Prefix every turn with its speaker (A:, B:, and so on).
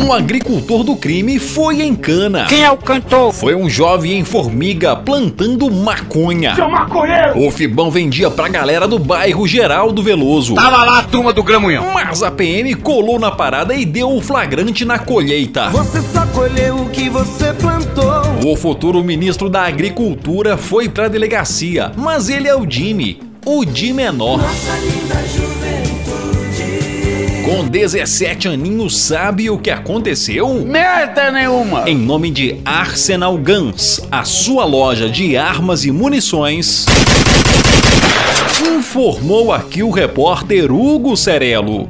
A: Um agricultor do crime foi em cana.
B: Quem é o cantor?
A: Foi um jovem em formiga plantando maconha.
B: Seu maconheiro!
A: O Fibão vendia pra galera do bairro Geraldo Veloso.
B: Tava lá a turma do Gramunhão.
A: Mas a PM colou na parada e deu o flagrante na colheita.
C: Você só colheu o que você plantou.
A: O futuro ministro da Agricultura foi pra delegacia, mas ele é o Jimmy, o de menor.
C: Nossa linda juventude.
A: Com 17 aninhos, sabe o que aconteceu?
B: Merda nenhuma!
A: Em nome de Arsenal Guns, a sua loja de armas e munições, informou aqui o repórter Hugo Cerelo.